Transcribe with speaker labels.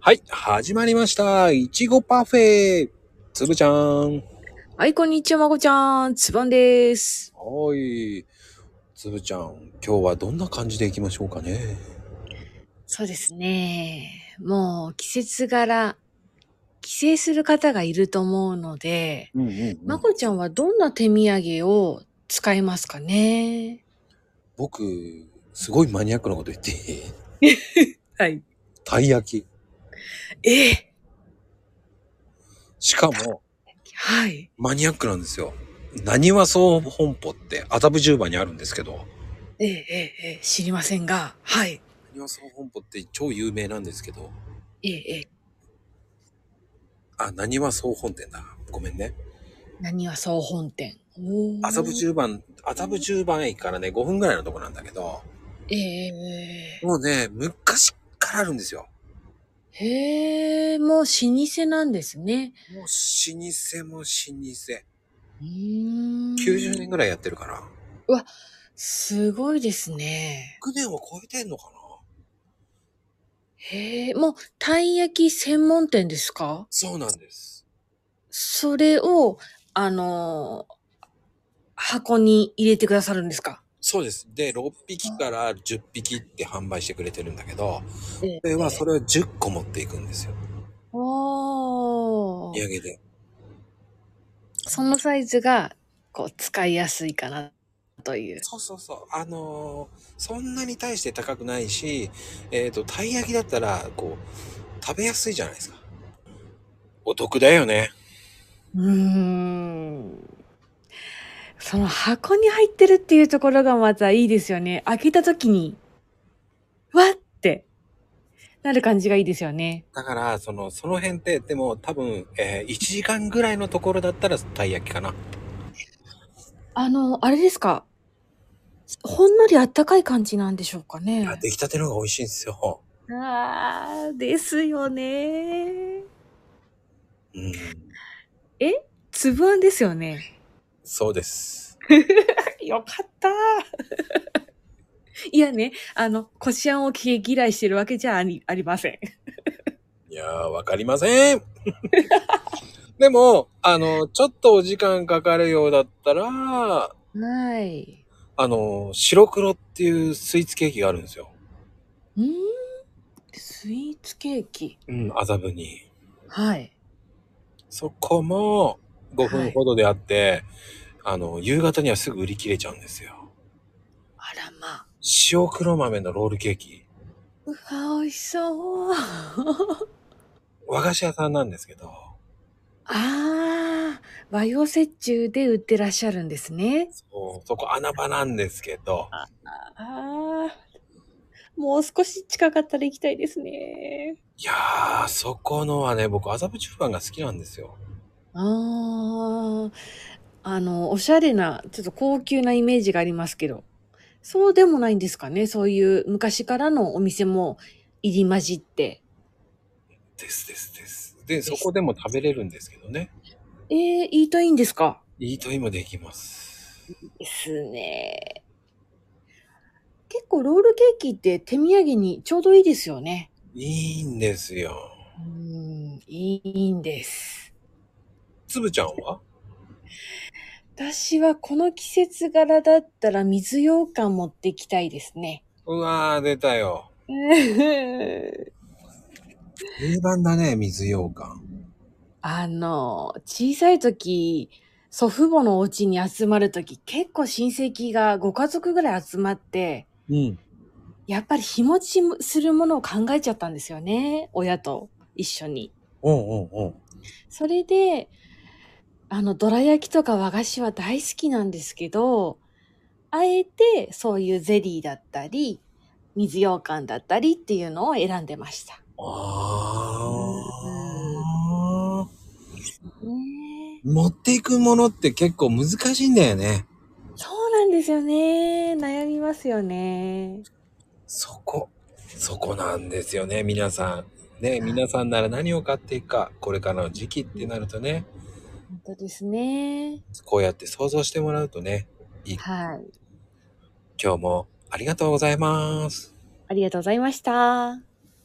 Speaker 1: はい、始まりました。いちごパフェ。つぶちゃん。
Speaker 2: はい、こんにちは、まこちゃん。つばんです。
Speaker 1: はい。つぶちゃん、今日はどんな感じでいきましょうかね。
Speaker 2: そうですね。もう季節柄、帰省する方がいると思うので、
Speaker 1: うんうん、
Speaker 2: まこちゃんはどんな手土産を使いますかね
Speaker 1: 僕、すごいマニアックなこと言っていい
Speaker 2: はい。
Speaker 1: たい焼き。
Speaker 2: ええ
Speaker 1: しかも、
Speaker 2: はい。
Speaker 1: マニアックなんですよ。何は総本舗って麻布十番にあるんですけど、
Speaker 2: ええええええ知りませんが、はい。
Speaker 1: 何は総本舗って超有名なんですけど、
Speaker 2: ええええ
Speaker 1: あ、何は総本店だ。ごめんね。
Speaker 2: 何は総本店。おー
Speaker 1: 麻布十番、麻布十番駅からね、5分ぐらいのとこなんだけど、
Speaker 2: ええええ
Speaker 1: もうね、昔からあるんですよ。
Speaker 2: へえ、もう老舗なんですね。
Speaker 1: もう老舗も老舗。
Speaker 2: うーん
Speaker 1: 90年ぐらいやってるから。
Speaker 2: すごいですね。
Speaker 1: 100年を超えてんのかな
Speaker 2: へえ、もう、たい焼き専門店ですか
Speaker 1: そうなんです。
Speaker 2: それを、あのー箱に入れてくださるんですか
Speaker 1: そうです。で、6匹から10匹って販売してくれてるんだけど、
Speaker 2: ええ
Speaker 1: それはそれを10個持っていくんですよ。
Speaker 2: お
Speaker 1: 土産
Speaker 2: ー。
Speaker 1: で。
Speaker 2: そのサイズが、こう、使いやすいかな、という。
Speaker 1: そうそうそう。あのーそんなに大して高くないし、えっ、と、たい焼きだったら、こう、食べやすいじゃないですか。お得だよね。
Speaker 2: うーん。その箱に入ってるっていうところがまたいいですよね。開けた時に、わって、なる感じがいいですよね。
Speaker 1: だから、その、その辺って、でも多分、え1時間ぐらいのところだったら、たい焼きかな。
Speaker 2: あの、あれですか。ほんのりあったかい感じなんでしょうかね。
Speaker 1: あ出来たての方が美味しいんですよ。
Speaker 2: ああ、ですよね。
Speaker 1: うん。
Speaker 2: つぶあんですよね。
Speaker 1: そうです。
Speaker 2: よかった。 いやね、あの、こしあんを嫌いしてるわけじゃありありません。
Speaker 1: いやー、わかりません。 でも、あの、ちょっとお時間かかるようだったら、
Speaker 2: はい。
Speaker 1: あの、白黒っていうスイーツケーキがあるんですよ。
Speaker 2: うーん。スイーツケーキ。
Speaker 1: うん、麻布に。
Speaker 2: はい。
Speaker 1: そこも5分ほどであって、あの、夕方にはすぐ売り切れちゃうんですよ。
Speaker 2: あらまあ。
Speaker 1: 塩黒豆のロールケーキ。
Speaker 2: うわ、美味しそう。
Speaker 1: 和菓子屋さんなんですけど、
Speaker 2: ああ、和洋折衷で売ってらっしゃるんですね。
Speaker 1: そうそこ穴場なんですけど、
Speaker 2: ああ、もう少し近かったら行きたいですね。
Speaker 1: いやー、そこのはね、僕、麻布十番が好きなんですよ。
Speaker 2: ああ、あの、おしゃれな、ちょっと高級なイメージがありますけど、そうでもないんですかね。そういう昔からのお店も入り混じって。
Speaker 1: ですですです。で、そこでも食べれるんですけどね。
Speaker 2: えー、イートインですか
Speaker 1: イートインもできます。
Speaker 2: ですね。結構ロールケーキって手土産にちょうどいいですよね。
Speaker 1: いいんですよ。
Speaker 2: うん、いいんです。
Speaker 1: つぶちゃんは
Speaker 2: 私はこの季節柄だったら水羊羹持ってきたいですね。
Speaker 1: うわー、出たよ。定番だね、水羊羹。
Speaker 2: あの、小さい時、祖父母のお家に集まる時、結構親戚がご家族ぐらい集まって、
Speaker 1: うん。
Speaker 2: やっぱり日持ちするものを考えちゃったんですよね。親と一緒に。
Speaker 1: うんうんうん。
Speaker 2: それで、あの、どら焼きとか和菓子は大好きなんですけど、あえてそういうゼリーだったり、水羊羹だったりっていうのを選んでました。
Speaker 1: あ
Speaker 2: ねえ
Speaker 1: ー。持っていくものって結構難しいんだよね。
Speaker 2: そうなんですよね。悩みますよね。
Speaker 1: そこ。そこなんですよね、皆さん。ね、皆さんなら何を買っていくか、これからの時期ってなるとね、
Speaker 2: 本当ですね。
Speaker 1: こうやって想像してもらうとね、
Speaker 2: はい。
Speaker 1: 今日もありがとうございます。
Speaker 2: ありがとうございました。